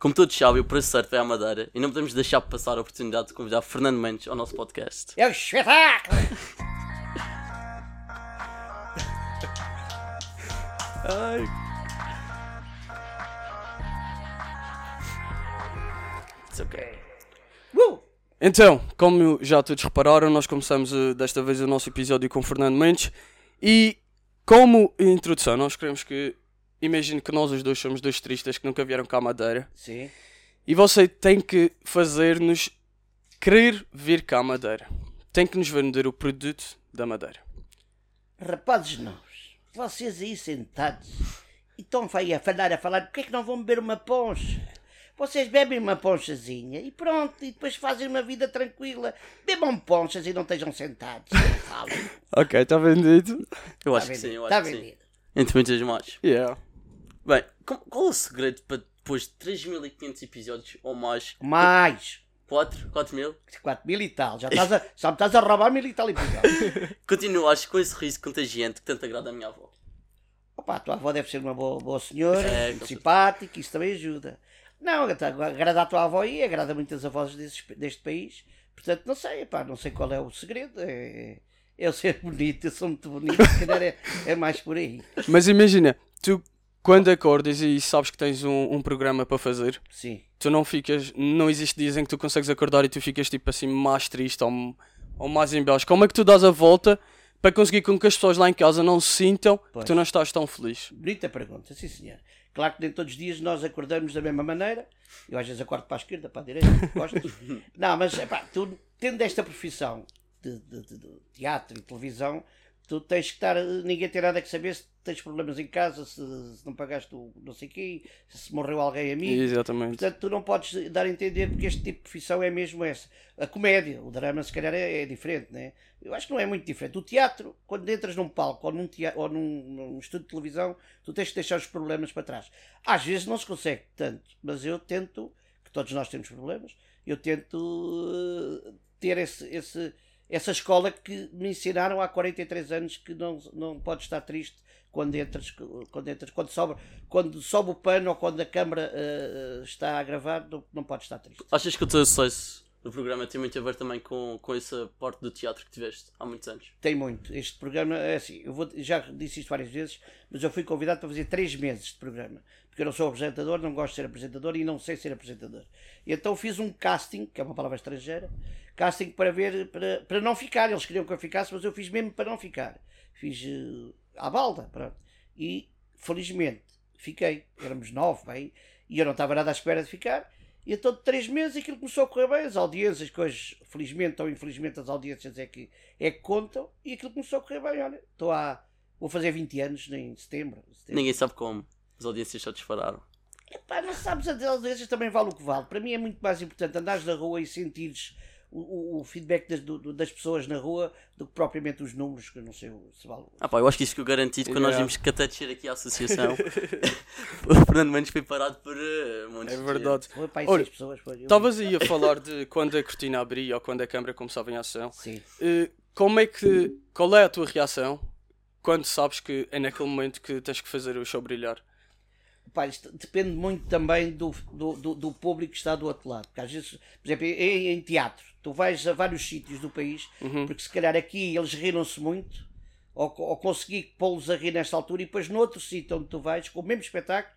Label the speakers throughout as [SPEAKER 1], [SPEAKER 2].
[SPEAKER 1] Como todos sabem, o preço certo é a Madeira e não podemos deixar passar a oportunidade de convidar Fernando Mendes ao nosso podcast.
[SPEAKER 2] É um espetáculo!
[SPEAKER 1] It's okay.
[SPEAKER 2] Uh!
[SPEAKER 3] Então, como já todos repararam, nós começamos eh, desta vez o nosso episódio com Fernando Mendes e como introdução nós queremos que imagine que nós os dois somos dois tristas que nunca vieram cá à Madeira
[SPEAKER 2] Sim.
[SPEAKER 3] e você tem que fazer-nos querer vir cá à Madeira. Tem que nos vender o produto da Madeira.
[SPEAKER 2] Rapazes nós, vocês aí sentados e estão aí a falar, a falar, porque é que não vão beber uma poncha? Vocês bebem uma ponchazinha e pronto, e depois fazem uma vida tranquila. Bebam ponchas e não estejam sentados. Falem.
[SPEAKER 3] Ok, está vendido.
[SPEAKER 1] Eu
[SPEAKER 2] Está
[SPEAKER 1] acho que sim,
[SPEAKER 2] Tá vendido.
[SPEAKER 1] eu
[SPEAKER 2] Está
[SPEAKER 1] acho que sim.
[SPEAKER 2] vendido.
[SPEAKER 1] Entre muitas mais.
[SPEAKER 3] Yeah.
[SPEAKER 1] Bem, com- qual é o segredo para depois de 3.500 episódios ou mais?
[SPEAKER 2] Mais
[SPEAKER 1] 4? 4.000?
[SPEAKER 2] 4 mil e tal. Já estás a, só me estás a roubar mil e tal e tal.
[SPEAKER 1] Continuas com esse riso contagiante que tanto agrada à minha avó.
[SPEAKER 2] Opa, a tua avó deve ser uma boa, boa senhora,
[SPEAKER 1] É,
[SPEAKER 2] muito
[SPEAKER 1] com certeza.
[SPEAKER 2] simpática, isso também ajuda. Não, agrada a tua avó e agrada muitas avós desses- deste país. Portanto, não sei, pá, não sei qual é o segredo. É, eu ser bonito, eu sou muito bonito, se calhar é, é mais por aí.
[SPEAKER 3] Mas imagina, tu quando acordas e sabes que tens um, um programa para fazer,
[SPEAKER 2] Sim.
[SPEAKER 3] tu não ficas. Não existe dias em que tu consegues acordar e tu ficas tipo assim mais triste ou, ou mais em baixo. Como é que tu dás a volta para conseguir com que as pessoas lá em casa não sintam
[SPEAKER 2] Pois.
[SPEAKER 3] que tu não estás tão feliz?
[SPEAKER 2] Bonita pergunta, sim senhor. Claro que nem todos os dias nós acordamos da mesma maneira. Eu às vezes acordo para a esquerda, para a direita, costas. Não, mas epá, tu tendo esta profissão de, de- de- de teatro e televisão, tu tens que estar. eh, Ninguém tem nada que saber se tens problemas em casa, se, se não pagaste o não sei quê, se morreu alguém amigo.
[SPEAKER 3] Exatamente.
[SPEAKER 2] Portanto, tu não podes dar a entender porque este tipo de profissão é mesmo essa. A comédia, o drama, se calhar, é, é diferente, né? Eu acho que não é muito diferente. O teatro, quando entras num palco ou num, tea- ou num, num estúdio de televisão, tu tens que deixar os problemas para trás. Às vezes não se consegue tanto, mas eu tento, que todos nós temos problemas, eu tento eh, ter esse, esse- essa escola que me ensinaram há 43 anos que não, não podes estar triste quando entras, quando entras, quando sobe, quando sobe o pano ou quando a câmara eh, eh, está a gravar, não, não podes estar triste.
[SPEAKER 1] Achas que o teu sucesso no programa tem muito a ver também com, com essa parte do teatro que tiveste há muitos anos?
[SPEAKER 2] Tem muito. Este programa é assim, eu vou, já disse isto várias vezes, mas eu fui convidado para fazer três meses de programa, porque eu não sou apresentador, não gosto de ser apresentador e não sei ser apresentador. E então fiz um casting, que é uma palavra estrangeira, casting para ver, para, para não ficar. Eles queriam que eu ficasse, mas eu fiz mesmo para não ficar. Fiz eh, à balda, pronto. E felizmente fiquei. Éramos nove, bem, e eu não estava nada à espera de ficar. E então, de três meses, aquilo começou a correr bem. As audiências, que hoje, felizmente ou infelizmente, as audiências é que, é que contam. E aquilo começou a correr bem. Olha, estou há. Vou fazer 20 anos em setembro. setembro.
[SPEAKER 1] Ninguém sabe como. As audiências só dispararam.
[SPEAKER 2] Pá, não sabes, as audiências também vale o que vale. Para mim é muito mais importante andares na rua e sentires o, o- o feedback das, do- do- das pessoas na rua do que propriamente os números, que eu não sei o- se vale.
[SPEAKER 1] Ah pá, eu acho que isso que eu garanti quando nós
[SPEAKER 3] Yeah.
[SPEAKER 1] vimos que até descer aqui à associação, o Fernando Mendes foi parado por eh, um monte
[SPEAKER 3] É
[SPEAKER 1] de
[SPEAKER 3] verdade.
[SPEAKER 2] Foi para aí
[SPEAKER 3] Olha,
[SPEAKER 2] seis pessoas. Foi, eu-
[SPEAKER 3] Estavas aí a falar de quando a cortina abria ou quando a câmara começava em ação.
[SPEAKER 2] Sim.
[SPEAKER 3] Eh, como é que. Qual é a tua reação quando sabes que é naquele momento que tens que fazer o show brilhar?
[SPEAKER 2] Pá, isto depende muito também do, do, do- do público que está do outro lado. Porque às vezes, por exemplo, em, em teatro, tu vais a vários sítios do país, porque se calhar aqui eles riram-se muito, ou, co- ou consegui pô-los a rir nesta altura, e depois noutro sítio onde tu vais, com o mesmo espetáculo,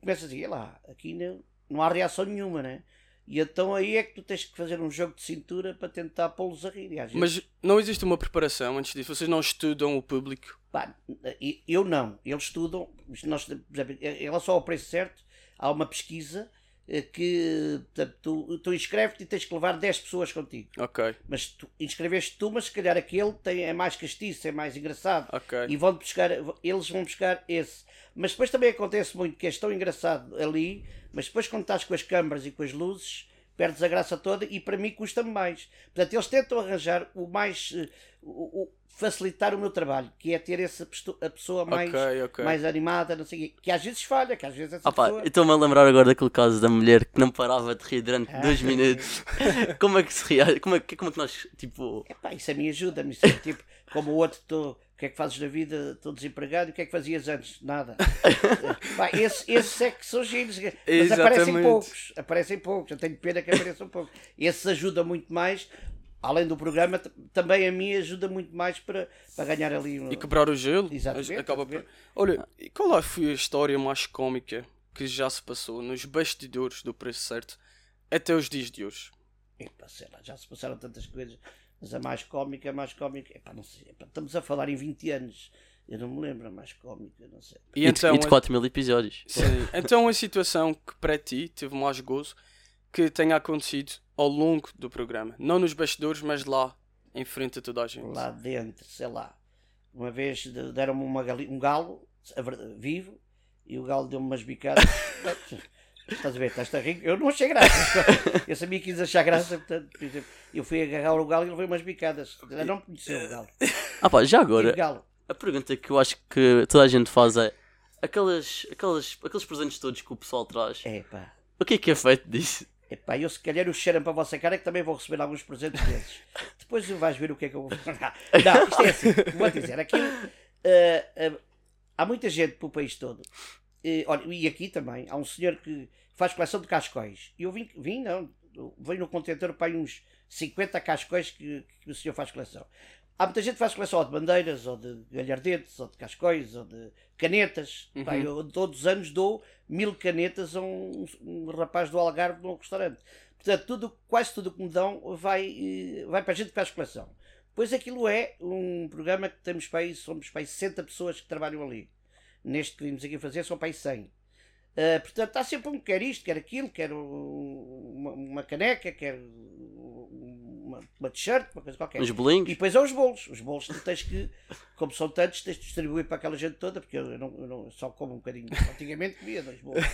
[SPEAKER 2] começas a dizer, "Ei lá, aqui não, não há reação nenhuma, né? E então aí é que tu tens que fazer um jogo de cintura para tentar pô-los a rir. E às vezes-
[SPEAKER 3] Mas não existe uma preparação antes disso? Vocês não estudam o público?
[SPEAKER 2] Pá, e- eu não. Eles estudam. isto Nós, por exemplo, em relação ao preço certo, há uma pesquisa eh, que portanto, tu, tu inscreves-te e tens que levar 10 pessoas contigo.
[SPEAKER 3] Ok,
[SPEAKER 2] Mas tu inscreveste tu, mas se calhar aquele tem, é mais castiço, é mais engraçado.
[SPEAKER 3] ok.
[SPEAKER 2] E vão buscar, eles vão buscar esse. Mas depois também acontece muito que és tão engraçado ali, mas depois quando estás com as câmaras e com as luzes, perdes a graça toda e para mim custa-me mais. Portanto, eles tentam arranjar o mais. eh, o- o- facilitar o meu trabalho, que é ter essa pesto- a pessoa mais,
[SPEAKER 3] Ok, ok.
[SPEAKER 2] mais animada, não sei o quê. Que às vezes falha, que às vezes essa
[SPEAKER 1] Ah pá,
[SPEAKER 2] pessoa.
[SPEAKER 1] eu estou-me a lembrar agora daquele caso da mulher que não parava de rir durante dois minutos. como é que se reage? Como é, que- como é que nós, tipo,
[SPEAKER 2] Epá, isso a mim ajuda-me. isso é Tipo, como o outro, estou O que é que fazes da vida? Estou desempregado. E o que é que fazias antes? Nada. Pá, esse, esses é que são giros. Mas aparecem
[SPEAKER 3] Exatamente.
[SPEAKER 2] poucos. Aparecem poucos. Eu tenho pena que apareçam poucos. Esses ajuda muito mais. Além do programa, t- também a mim ajuda muito mais para, para ganhar ali. um-
[SPEAKER 3] E quebrar o gelo.
[SPEAKER 2] Exatamente,
[SPEAKER 3] Mas Acaba por...
[SPEAKER 2] exatamente.
[SPEAKER 3] Olha, e qual é que foi a história mais cómica que já se passou nos bastidores do preço certo até os dias de hoje?
[SPEAKER 2] Epá, sei lá, já se passaram tantas coisas, mas a mais cómica, a mais cómica, epá, não sei, epá, estamos a falar em 20 anos, eu não me lembro a mais cómica, não sei.
[SPEAKER 1] E,
[SPEAKER 3] E,
[SPEAKER 1] de-
[SPEAKER 3] então,
[SPEAKER 1] e de 4 mil episódios.
[SPEAKER 3] Sim. Então a situação que para ti teve mais gozo que tenha acontecido ao longo do programa. Não nos bastidores, mas lá em frente a toda a gente.
[SPEAKER 2] Lá dentro, sei lá, uma vez de- deram-me uma gali- um galo, a ver- vivo, e o galo deu-me umas bicadas. Estás a ver, estás a rir? Eu não achei graça. Eu sabia que ias achar graça, portanto, por exemplo, eu fui agarrar o galo e levei umas bicadas. Ele não me conheceu o galo.
[SPEAKER 1] Ah pá, já
[SPEAKER 2] Tive
[SPEAKER 1] agora,
[SPEAKER 2] galo.
[SPEAKER 1] a pergunta que eu acho que toda a gente faz é: aquelas, aquelas, aqueles presentes todos que o pessoal traz,
[SPEAKER 2] Epá.
[SPEAKER 1] o que é que é feito disso?
[SPEAKER 2] Epá, eu se calhar o cheiro para a vossa cara é que também vou receber alguns presentes desses. Depois vais ver o que é que eu vou falar. Não, isto é assim, vou dizer, aquilo. ah, ah, há muita gente para o país todo. Eh, olha, e aqui também, há um senhor que faz coleção de cascóis. E eu vim, vim não, veio no contentor para aí uns 50 cascóis que, que o senhor faz coleção. Há muita gente que faz coleção ou de bandeiras, ou de galhardetes, ou de cascóis, ou de canetas. Pá,
[SPEAKER 3] Uhum.
[SPEAKER 2] eu todos os anos dou mil canetas a um, um rapaz do Algarve num restaurante. Portanto, tudo, quase tudo o que me dão vai, eh, vai para a gente que faz coleção. Pois aquilo é um programa que temos para aí, somos para aí 60 pessoas que trabalham ali. Neste que vimos aqui fazer, são para aí 100. Uh, portanto, há sempre um que quer isto, quer aquilo, quer um- uma, uma caneca, quer um, uma, uma t-shirt, uma coisa
[SPEAKER 3] É.
[SPEAKER 2] qualquer.
[SPEAKER 1] Uns
[SPEAKER 2] E
[SPEAKER 1] bolinhos?
[SPEAKER 2] depois há os bolos. Os bolos tu tens que, como são tantos, tens de distribuir para aquela gente toda, porque eu, não, eu não- só como um bocadinho. Antigamente comia dois bolos.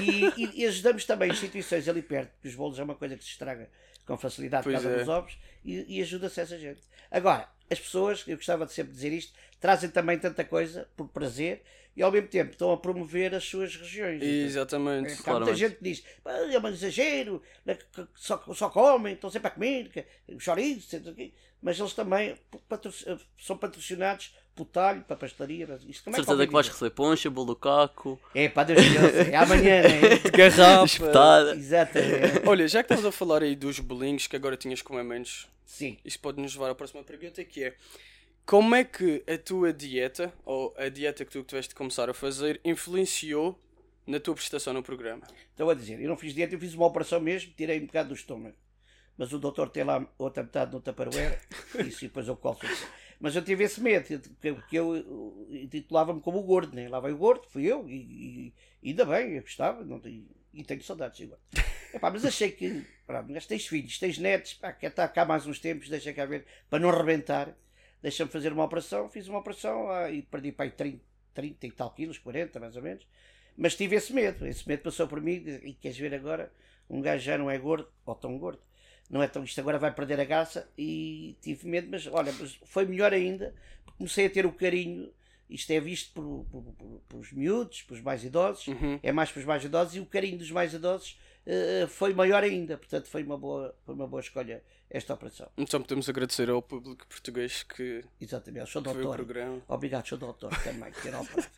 [SPEAKER 2] E, e- e ajudamos também instituições ali perto, porque os bolos é uma coisa que se estraga com facilidade por
[SPEAKER 3] Pois
[SPEAKER 2] causa
[SPEAKER 3] é.
[SPEAKER 2] dos ovos, e, e ajuda-se essa gente. Agora, as pessoas, eu gostava de sempre dizer isto, trazem também tanta coisa por prazer e ao mesmo tempo estão a promover as suas regiões. Então,
[SPEAKER 3] Exatamente.
[SPEAKER 2] Há muita
[SPEAKER 1] Claramente.
[SPEAKER 2] gente que diz, "Pá, é um exagero, né, que- que só, só comem, estão sempre a comer, que, chorizos, sei lá o quê." mas eles também patro- são patrocinados por talho, para pastelaria, mas isto é
[SPEAKER 1] De
[SPEAKER 3] é
[SPEAKER 2] também
[SPEAKER 1] certeza que vais
[SPEAKER 2] conveniente.
[SPEAKER 1] receber poncha, bolo do caco,
[SPEAKER 2] É, pá, Deus me ouça, é amanhã, né?
[SPEAKER 3] Garrafa.
[SPEAKER 1] espetada.
[SPEAKER 2] Exatamente,
[SPEAKER 3] Olha, já que estamos a falar aí dos bolinhos que agora tinhas como é menos,
[SPEAKER 2] sim.
[SPEAKER 3] isso pode nos levar à próxima pergunta que é como é que a tua dieta, ou a dieta que tu tiveste de começar a fazer, influenciou na tua prestação no programa?
[SPEAKER 2] Estou a dizer, Então, eu não fiz dieta, eu fiz uma operação mesmo, tirei um bocado do estômago. Mas o doutor tem lá outra metade no Tupperware, isso e depois eu colo. Mas eu tive esse medo, eu- que que eu, eu intitulava-me como o gordo, né? lá vai o gordo, fui eu, e, e ainda bem, eu gostava, não tenho- e tenho saudades igual. Epá, mas achei que, pronto, mas tens filhos, tens netos, pá, quer estar cá mais uns tempos, deixa cá ver, para não rebentar, deixa-me fazer uma operação, fiz uma operação ah, e perdi para aí 30, 30 e tal quilos, 40 mais ou menos, mas tive esse medo, esse medo passou por mim e queres ver agora, um gajo já não é gordo, ou tão gordo, não é tão isto agora vai perder a graça e tive medo, mas olha, mas foi melhor ainda, porque comecei a ter o carinho, isto é visto por, por, por, pelos miúdos, pelos mais idosos,
[SPEAKER 3] Uhum.
[SPEAKER 2] é mais para os mais idosos e o carinho dos mais idosos eh, foi maior ainda, portanto foi uma boa, foi uma boa escolha esta operação.
[SPEAKER 3] Então podemos agradecer ao público português que
[SPEAKER 2] Exatamente, sou
[SPEAKER 3] que viu o
[SPEAKER 2] doutor.
[SPEAKER 3] programa.
[SPEAKER 2] Obrigado, sou doutor também. que era operado.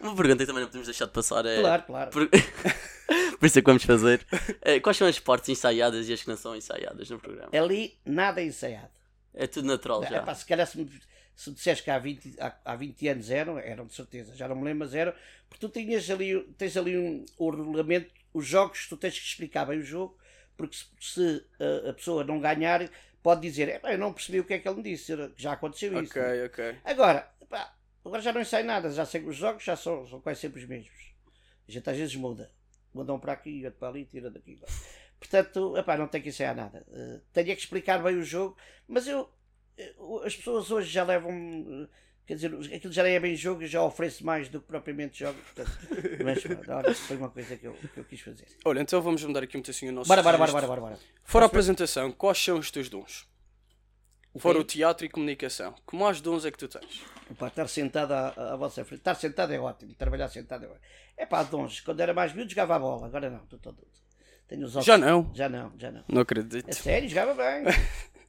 [SPEAKER 1] Uma pergunta que também não podemos deixar de passar é.
[SPEAKER 2] Claro, claro.
[SPEAKER 1] Por... por isso é que vamos fazer. É, Quais são as partes ensaiadas e as que não são ensaiadas no programa?
[SPEAKER 2] Ali nada é ensaiado.
[SPEAKER 1] É tudo natural já.
[SPEAKER 2] É, pá, se calhar se me, se me disseres que há 20, há, há 20 anos eram, eram de certeza, já não me lembro, mas eram, porque tu tinhas ali, tens ali um, o regulamento, os jogos, tu tens que explicar bem o jogo, porque se, se eh, a, a pessoa não ganhar, pode dizer, "Epá, eu não percebi o que é que ele me disse, era- já aconteceu isso.
[SPEAKER 3] Ok, ok.
[SPEAKER 2] Agora, pá, agora já não sai nada, já sei que os jogos já são, são quase sempre os mesmos. A gente às vezes muda. Manda um para aqui, outro para ali, tira daqui. vai. Portanto, epá, não tem que ensaiar nada. Eh, tenho é que explicar bem o jogo, mas eu. eh, as pessoas hoje já levam. eh, Quer dizer, aquilo já é bem jogo e já oferece mais do que propriamente jogo. Portanto, mas pronto, olha, foi uma coisa que eu, que eu quis fazer.
[SPEAKER 3] Olha, então vamos mudar aqui um bocadinho o nosso.
[SPEAKER 2] Bora, bora, bora,
[SPEAKER 3] registro.
[SPEAKER 2] bora, bora. bora.
[SPEAKER 3] Fora a apresentação, quais são os teus dons? Fora
[SPEAKER 2] quê?
[SPEAKER 3] o teatro e comunicação, que mais dons é que tu tens?
[SPEAKER 2] Pá, estar sentado à, à vossa frente. Estar sentado é ótimo, trabalhar sentado é ótimo. É pá, Dons, quando era mais miúdo jogava a bola, agora não, estou todo. Tenho os óculos.
[SPEAKER 3] Já não?
[SPEAKER 2] Já não, já não.
[SPEAKER 3] Não
[SPEAKER 2] É
[SPEAKER 3] acredito.
[SPEAKER 2] sério, jogava bem.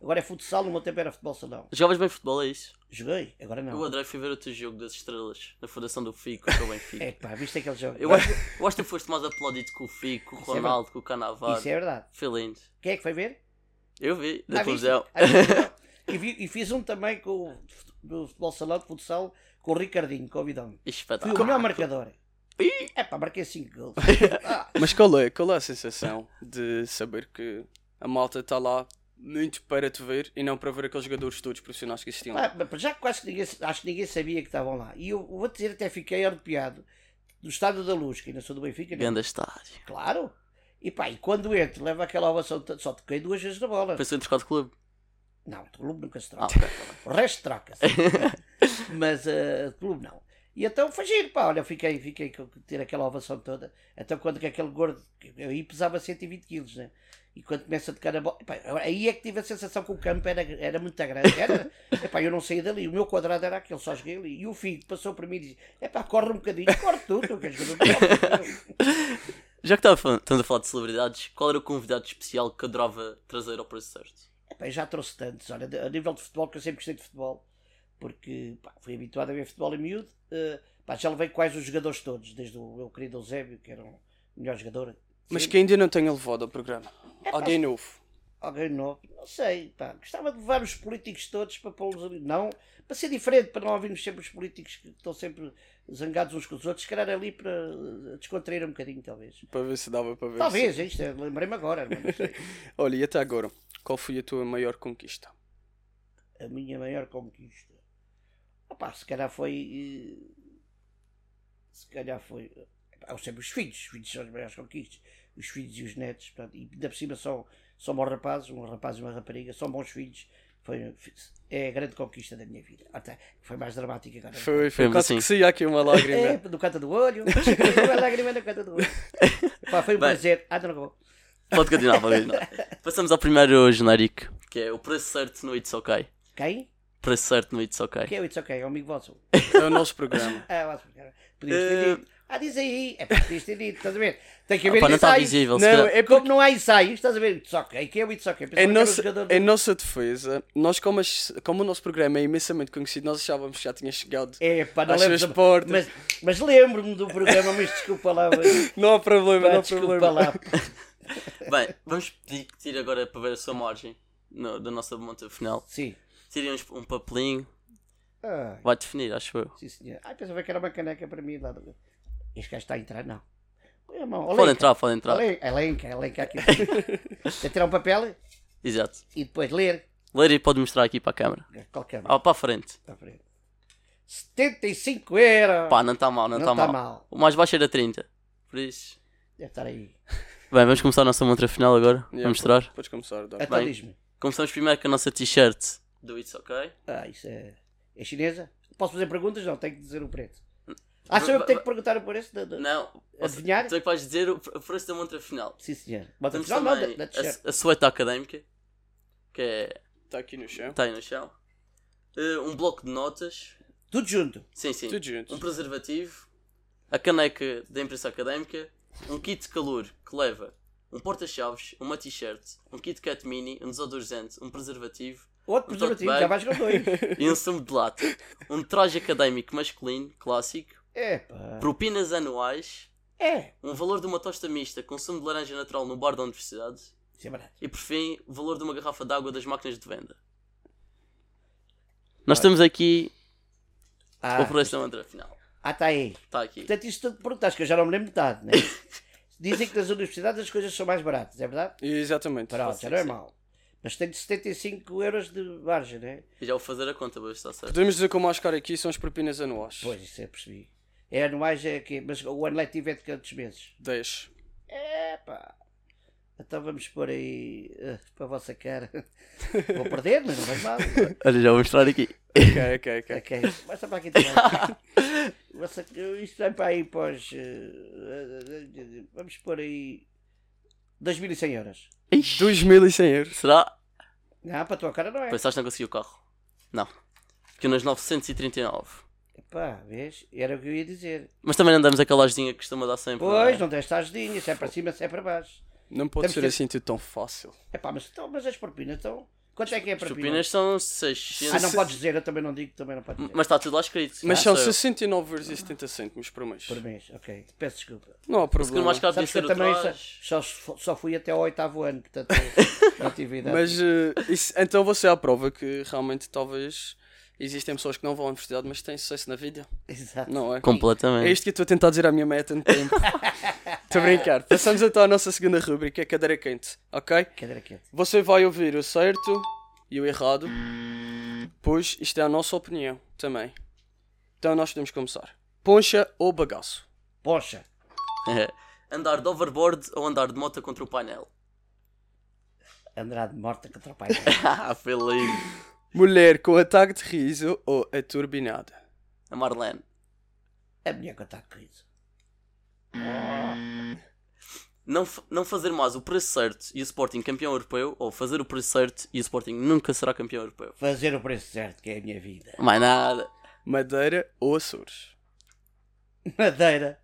[SPEAKER 2] Agora é futsal, no meu tempo era futebol salão.
[SPEAKER 1] Jogavas bem futebol, é isso?
[SPEAKER 2] Joguei, agora
[SPEAKER 1] Eu
[SPEAKER 2] não.
[SPEAKER 1] adorei fui ver o teu jogo das estrelas na Fundação do Fico com o Benfica.
[SPEAKER 2] É pá, viste aquele jogo?
[SPEAKER 1] Eu acho, eu acho que tu foste mais aplaudido com o Fico, com o
[SPEAKER 2] é
[SPEAKER 1] Ronaldo, com o Cannavaro.
[SPEAKER 2] Isso é verdade.
[SPEAKER 1] Foi lindo.
[SPEAKER 2] Quem é que foi ver?
[SPEAKER 1] Eu vi,
[SPEAKER 2] Ah,
[SPEAKER 1] da
[SPEAKER 2] viste?
[SPEAKER 1] televisão.
[SPEAKER 2] Ah, viste? e, vi- e fiz um também com, o fut- do futebol salão, de futsal, com o Ricardinho, convidou-me. Fui
[SPEAKER 1] Espetáculo.
[SPEAKER 2] o melhor marcador. É pá, marquei 5 gols. Ah,
[SPEAKER 3] Mas qual é, qual é a sensação de saber que a malta está lá muito para te ver e não para ver aqueles jogadores todos profissionais que existiam?
[SPEAKER 2] pá, mas já quase que ninguém, acho que ninguém sabia que estavam lá. E eu vou dizer, até fiquei arrepiado do Estádio da Luz, que ainda sou do Benfica, né?
[SPEAKER 1] Ganda estádio.
[SPEAKER 2] Claro. E pá, e quando entro, leva aquela ovação, to- só toquei duas vezes na bola.
[SPEAKER 1] Pensou em trocar de clube.
[SPEAKER 2] Não, o clube nunca se
[SPEAKER 1] Ah,
[SPEAKER 2] troca.
[SPEAKER 1] ok.
[SPEAKER 2] O resto troca-se. Mas eh, o clube não. E então foi giro, pá, olha, fiquei, fiquei com ter aquela ovação toda. Até quando que aquele gordo, que eu aí pesava 120 quilos, né? E quando começa a tocar a bola, epá, aí é que tive a sensação que o campo era, era muito grande. Era, epá, eu não saía dali, o meu quadrado era aquele, só joguei ali. E o filho passou por mim e disse: epá, corre um bocadinho, corre tudo, não queres jogar, não corre
[SPEAKER 1] Já que tava fal- estamos a falar de celebridades, qual era o convidado especial que adorava trazer ao preço certo?
[SPEAKER 2] Epá, eu já trouxe tantos, olha, de- a nível de futebol, que eu sempre gostei de futebol, porque pá, fui habituado a ver futebol em miúdo, eh, pá, já levei quase os jogadores todos, desde o meu querido Eusébio, que era o melhor jogador.
[SPEAKER 3] Mas que ainda não tenha levado ao programa. Alguém novo.
[SPEAKER 2] Alguém novo, não sei, pá, gostava de levar os políticos todos para pô-los ali, não, para ser diferente, para não ouvirmos sempre os políticos que estão sempre zangados uns com os outros, se calhar ali para eh, descontrair um bocadinho, talvez.
[SPEAKER 3] Para ver se dava para ver.
[SPEAKER 2] Talvez, é isto, é, lembrei-me agora, não sei.
[SPEAKER 3] se- Olha, e até agora, qual foi a tua maior conquista?
[SPEAKER 2] a minha maior conquista. Opá, se calhar foi. eh, Se calhar foi. epá, Eu sempre os filhos, os filhos são as maiores conquistas. Os filhos e os netos, portanto, e ainda por cima são, são bons rapazes, um rapaz e uma rapariga, são bons filhos. Foi, é a grande conquista da minha vida. Ah, tá, foi mais dramática agora.
[SPEAKER 3] Foi, né? foi
[SPEAKER 1] Foi
[SPEAKER 3] quase
[SPEAKER 1] assim.
[SPEAKER 3] que saía aqui uma
[SPEAKER 2] É,
[SPEAKER 3] lágrima.
[SPEAKER 2] do canto do olho, a lágrima no canto do olho. Epá, foi um
[SPEAKER 1] Bem.
[SPEAKER 2] prazer. Ah, não acabou.
[SPEAKER 1] Pode continuar, pode continuar. Passamos ao primeiro genérico, que é o preço certo no It's OK.
[SPEAKER 2] Quem?
[SPEAKER 1] Preço certo no It's OK.
[SPEAKER 2] Quem é o It's Ok? É o amigo vosso.
[SPEAKER 3] É o nosso programa.
[SPEAKER 2] Ah, lá se calhar. Podias ter
[SPEAKER 1] Eh,
[SPEAKER 2] dito. Ah, diz aí. É pá, podias ter dito, estás a ver? Tem que haver
[SPEAKER 1] Ah, Pá, não está
[SPEAKER 2] ensaios.
[SPEAKER 1] visível, se
[SPEAKER 3] Não,
[SPEAKER 1] calhar.
[SPEAKER 3] é
[SPEAKER 2] Como não há ensaios, estás a ver? It's ok. Que é o It's ok. Pensava
[SPEAKER 3] Em
[SPEAKER 2] que era o
[SPEAKER 3] nossa,
[SPEAKER 2] jogador do-
[SPEAKER 3] em nossa defesa, nós como, as- como o nosso programa é imensamente conhecido, nós achávamos que já tinha chegado
[SPEAKER 2] É pá, não
[SPEAKER 3] às
[SPEAKER 2] lembro.
[SPEAKER 3] suas portas.
[SPEAKER 2] Mas, mas lembro-me do programa, mas desculpa lá. mas-
[SPEAKER 3] Não há problema,
[SPEAKER 2] Pá,
[SPEAKER 3] não há
[SPEAKER 2] desculpa
[SPEAKER 3] problema.
[SPEAKER 2] lá.
[SPEAKER 1] Bem, vamos pedir que tire agora para ver a sua margem no- da nossa monta final.
[SPEAKER 2] Sim.
[SPEAKER 1] Tirem uns- um papelinho,
[SPEAKER 2] Ah,
[SPEAKER 1] vai definir, acho eu.
[SPEAKER 2] sim, senhor. Ai, pensava que era uma caneca para mim. Lá do... Este gajo está a entrar, não. Põe a mão.
[SPEAKER 1] Pode entrar, pode entrar.
[SPEAKER 2] Elenca, é- elenca, elenca aqui. Tem tirar um papel
[SPEAKER 1] Exato.
[SPEAKER 2] e depois ler.
[SPEAKER 1] Ler e pode mostrar aqui para a câmara.
[SPEAKER 2] Qualquer um.
[SPEAKER 1] Ah, para a frente.
[SPEAKER 2] Está à frente. 75 euros.
[SPEAKER 1] Pá, não está mal, não
[SPEAKER 2] Não
[SPEAKER 1] está
[SPEAKER 2] tá
[SPEAKER 1] mal.
[SPEAKER 2] mal.
[SPEAKER 1] O mais baixo era 30. Por isso.
[SPEAKER 2] Deve estar aí.
[SPEAKER 1] Bem, vamos começar a nossa montra final agora.
[SPEAKER 3] Yeah,
[SPEAKER 1] Vamos mostrar.
[SPEAKER 3] Podes começar, Dom.
[SPEAKER 2] Então
[SPEAKER 1] Bem.
[SPEAKER 2] diz-me.
[SPEAKER 1] Começamos primeiro com a nossa t-shirt do It's OK.
[SPEAKER 2] Ah, isso é. É chinesa? Posso fazer perguntas? Não, tenho que dizer o preço. Ah, sou eu que tenho que perguntar o preço? Da, da...
[SPEAKER 1] Não, posso-
[SPEAKER 2] Adivinhar?
[SPEAKER 1] Tu é que vais dizer o o preço da montra final.
[SPEAKER 2] Sim, senhor. Bota
[SPEAKER 1] Temos
[SPEAKER 2] não, não, da,
[SPEAKER 1] também
[SPEAKER 2] da t-shirt.
[SPEAKER 1] a, a sueta académica, que é,
[SPEAKER 3] Está Tá aqui no chão.
[SPEAKER 2] Tá
[SPEAKER 1] está aí no chão. Eh, um bloco de notas.
[SPEAKER 2] Tudo junto.
[SPEAKER 1] Sim, sim.
[SPEAKER 3] Tudo junto.
[SPEAKER 1] Um preservativo. A caneca da imprensa académica. Um kit de calor que leva um porta-chaves, uma t-shirt, um kit cat mini, um desodorizante, um preservativo
[SPEAKER 2] Outro
[SPEAKER 1] Um
[SPEAKER 2] preservativo,
[SPEAKER 1] tote
[SPEAKER 2] já
[SPEAKER 1] bag.
[SPEAKER 2] vais com dois.
[SPEAKER 1] e um sumo de lata. Um traje académico masculino, clássico.
[SPEAKER 2] É, pá.
[SPEAKER 1] Propinas anuais.
[SPEAKER 2] É.
[SPEAKER 1] Um valor de uma tosta mista com sumo de laranja natural no bar da universidade.
[SPEAKER 2] Isso é barato.
[SPEAKER 1] E por fim, o valor de uma garrafa de água das máquinas de venda. Nós temos aqui
[SPEAKER 2] Ah,
[SPEAKER 1] o é preço da outra final.
[SPEAKER 2] ah, está aí.
[SPEAKER 1] Está aqui.
[SPEAKER 2] Portanto, isso tudo perguntaste, que eu já não me lembro metade, né? Dizem que nas universidades as coisas são mais baratas, é verdade?
[SPEAKER 3] Exatamente.
[SPEAKER 2] Pronto, já não é mau. Mas tenho 75 euros de margem, né?
[SPEAKER 1] E já vou fazer a conta, vou ver se está certo.
[SPEAKER 3] Podemos dizer que o mais caro aqui são as propinas anuais.
[SPEAKER 2] Pois, isso eu percebi. É anuais, é aqui, mas o ano letivo é de quantos meses?
[SPEAKER 3] 10.
[SPEAKER 2] Epá. Então vamos pôr aí eh, para a vossa cara. Vou perder, mas não faz mal.
[SPEAKER 1] Olha, já vou mostrar aqui.
[SPEAKER 3] Ok, ok, ok.
[SPEAKER 2] ok, basta para aqui também. Vossa- Isto vai para aí para os. eh, eh, Vamos pôr aí. 2100 euros.
[SPEAKER 3] 2100 euros.
[SPEAKER 1] Será?
[SPEAKER 2] Não, para a tua cara não é.
[SPEAKER 1] Pensaste que não consegui o carro? Não. Fiquei nos 939.
[SPEAKER 2] Epá, vês? Era o que eu ia dizer.
[SPEAKER 1] Mas também não damos aquela ajudinha que costuma dar sempre. não é?
[SPEAKER 2] Pois, não deste ajudinha, se é para cima, se é para baixo.
[SPEAKER 3] Não pode
[SPEAKER 2] Temos
[SPEAKER 3] ser
[SPEAKER 2] que-
[SPEAKER 3] assim tudo tão fácil.
[SPEAKER 2] Epá, mas, então, mas as propinas estão. Quanto é que é para
[SPEAKER 1] Chupinas são 600.
[SPEAKER 2] Ah, não podes dizer, eu também não digo, também não podes dizer.
[SPEAKER 1] Mas está tudo lá escrito.
[SPEAKER 3] Mas
[SPEAKER 1] Ah,
[SPEAKER 3] são
[SPEAKER 1] sou eu.
[SPEAKER 3] 69,70 cêntimos por mês.
[SPEAKER 2] Por mês, ok. Peço desculpa.
[SPEAKER 3] Não há
[SPEAKER 1] Se calhar
[SPEAKER 3] problema.
[SPEAKER 1] mais caro devia
[SPEAKER 2] Sabes que
[SPEAKER 1] ser
[SPEAKER 2] eu
[SPEAKER 1] o
[SPEAKER 2] também só-
[SPEAKER 1] trás.
[SPEAKER 2] só, só fui até ao oitavo ano, portanto, eu não tive
[SPEAKER 1] é
[SPEAKER 2] idade.
[SPEAKER 3] Mas eh, isso- então você é a prova que realmente talvez existem pessoas que não vão à universidade, mas têm sucesso na vida,
[SPEAKER 2] Exato.
[SPEAKER 3] não é? É
[SPEAKER 1] Completamente.
[SPEAKER 3] isto que eu estou a tentar dizer à minha meta no tempo. Estou a brincar. Passamos então à nossa segunda rubrica, cadeira quente, ok?
[SPEAKER 2] Cadeira quente.
[SPEAKER 3] Você vai ouvir o certo e o errado, pois isto é a nossa opinião também. Então nós podemos começar. Poncha ou bagaço?
[SPEAKER 2] Poxa,
[SPEAKER 1] É. andar de overboard ou andar de moto contra o painel?
[SPEAKER 2] Andrade morta contra o pai.
[SPEAKER 1] Ah, foi lindo.
[SPEAKER 3] Mulher com ataque de riso ou a turbinada?
[SPEAKER 1] A Marlene.
[SPEAKER 2] A mulher É que está com isso.
[SPEAKER 1] Não, f- não fazer mais o preço certo e o Sporting campeão europeu, ou fazer o preço certo e o Sporting nunca será campeão europeu.
[SPEAKER 2] Fazer o preço certo, que é a minha vida.
[SPEAKER 1] Mais nada.
[SPEAKER 3] Madeira ou Açores?
[SPEAKER 2] Madeira,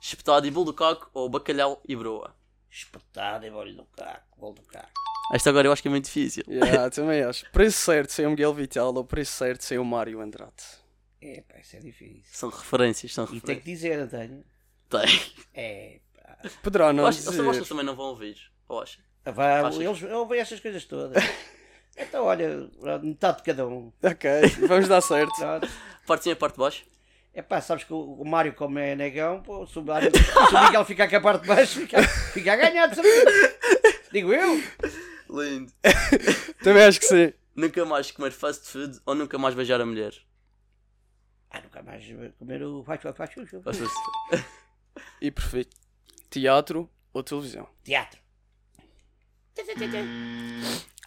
[SPEAKER 1] Espetado e bolo do caco ou bacalhau e broa?
[SPEAKER 2] espetada e olho do caco, gol do caco.
[SPEAKER 1] Esta agora eu acho que é muito difícil.
[SPEAKER 3] Yeah, também acho. Preço certo sem o Miguel Vital ou preço certo sem o Mário Andrade?
[SPEAKER 2] É, pá, isso é difícil.
[SPEAKER 1] São referências, são
[SPEAKER 2] E tem
[SPEAKER 1] referências.
[SPEAKER 2] que dizer, António.
[SPEAKER 1] Tem.
[SPEAKER 2] É, pá.
[SPEAKER 3] Poderá
[SPEAKER 1] Eu
[SPEAKER 3] não
[SPEAKER 1] acho- eu sei que vocês
[SPEAKER 3] dizer.
[SPEAKER 1] também não vão ouvir. Ou acham?
[SPEAKER 2] Vá,
[SPEAKER 1] Achas?
[SPEAKER 2] eles ouvem essas coisas todas. Então, olha, metade de cada um.
[SPEAKER 3] Ok, vamos dar certo.
[SPEAKER 2] Pronto.
[SPEAKER 1] Parte sim, a parte de baixo.
[SPEAKER 2] É pá, sabes que o o Mário, como é negão, pô, se, o Mário, se o Miguel ficar com a parte de baixo, fica, fica a ganhar, de certeza. Digo eu.
[SPEAKER 1] Lindo.
[SPEAKER 3] Também acho que sim.
[SPEAKER 1] nunca mais comer fast food ou nunca mais beijar a mulher?
[SPEAKER 2] Ah, nunca mais comer o faz, faz, faz, faz, faz.
[SPEAKER 1] Faz isso.
[SPEAKER 3] E perfeito. Teatro ou televisão?
[SPEAKER 2] Teatro. Tê, tê, tê, tê.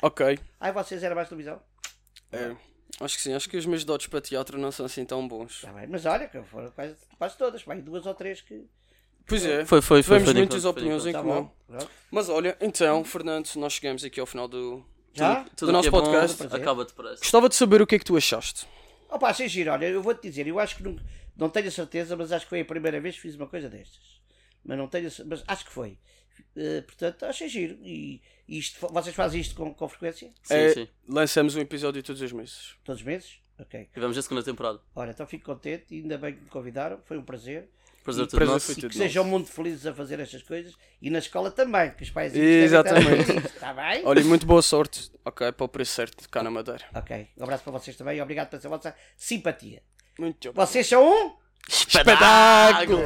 [SPEAKER 3] Ok.
[SPEAKER 2] Ai, Ah, vocês eram mais televisão?
[SPEAKER 3] É, acho que sim. Acho que os meus dotes para teatro não são assim tão bons.
[SPEAKER 2] Está Tá bem, mas olha, que foram quase, quase todas, bem, duas ou três que.
[SPEAKER 3] Pois é.
[SPEAKER 1] Foi, foi, foi.
[SPEAKER 3] Tivemos
[SPEAKER 1] foi de
[SPEAKER 3] muitas
[SPEAKER 1] enquanto, foi de
[SPEAKER 3] opiniões em
[SPEAKER 1] enquanto.
[SPEAKER 2] Tá
[SPEAKER 3] comum.
[SPEAKER 2] bom. pronto.
[SPEAKER 3] Mas olha, então, Fernando, nós chegamos aqui ao final do,
[SPEAKER 2] Já?
[SPEAKER 3] do
[SPEAKER 1] Tudo o que
[SPEAKER 3] nosso
[SPEAKER 1] é bom
[SPEAKER 3] podcast.
[SPEAKER 2] prazer.
[SPEAKER 1] Acaba depressa.
[SPEAKER 3] Gostava de saber o que é que tu achaste.
[SPEAKER 2] Opa, sem giro, olha, eu vou-te dizer, eu acho que nunca, não tenho a certeza, mas acho que foi a primeira vez que fiz uma coisa destas. Mas não tenho a cer- mas acho que foi. Eh, portanto, achei giro. E, e isto, fa- vocês fazem isto com, com frequência?
[SPEAKER 1] Sim,
[SPEAKER 3] É,
[SPEAKER 1] sim.
[SPEAKER 3] Lançamos um episódio todos os meses.
[SPEAKER 2] Todos os meses? Ok.
[SPEAKER 1] Tivemos a segunda temporada.
[SPEAKER 2] Ora, então fico contente, ainda bem que me convidaram, foi um prazer.
[SPEAKER 1] Prazer
[SPEAKER 3] E
[SPEAKER 1] todo
[SPEAKER 3] prazer
[SPEAKER 1] nosso.
[SPEAKER 3] foi
[SPEAKER 2] E
[SPEAKER 3] tudo
[SPEAKER 2] que
[SPEAKER 3] nosso.
[SPEAKER 2] sejam muito felizes a fazer estas coisas e na escola também, que os pais
[SPEAKER 3] Exatamente.
[SPEAKER 2] Está bem?
[SPEAKER 3] Olha, e muito boa sorte. Ok, para o preço certo cá na Madeira.
[SPEAKER 2] Ok, um abraço para vocês também e obrigado pela vossa simpatia.
[SPEAKER 3] Muito bom.
[SPEAKER 2] Vocês são um.
[SPEAKER 1] Espetáculo!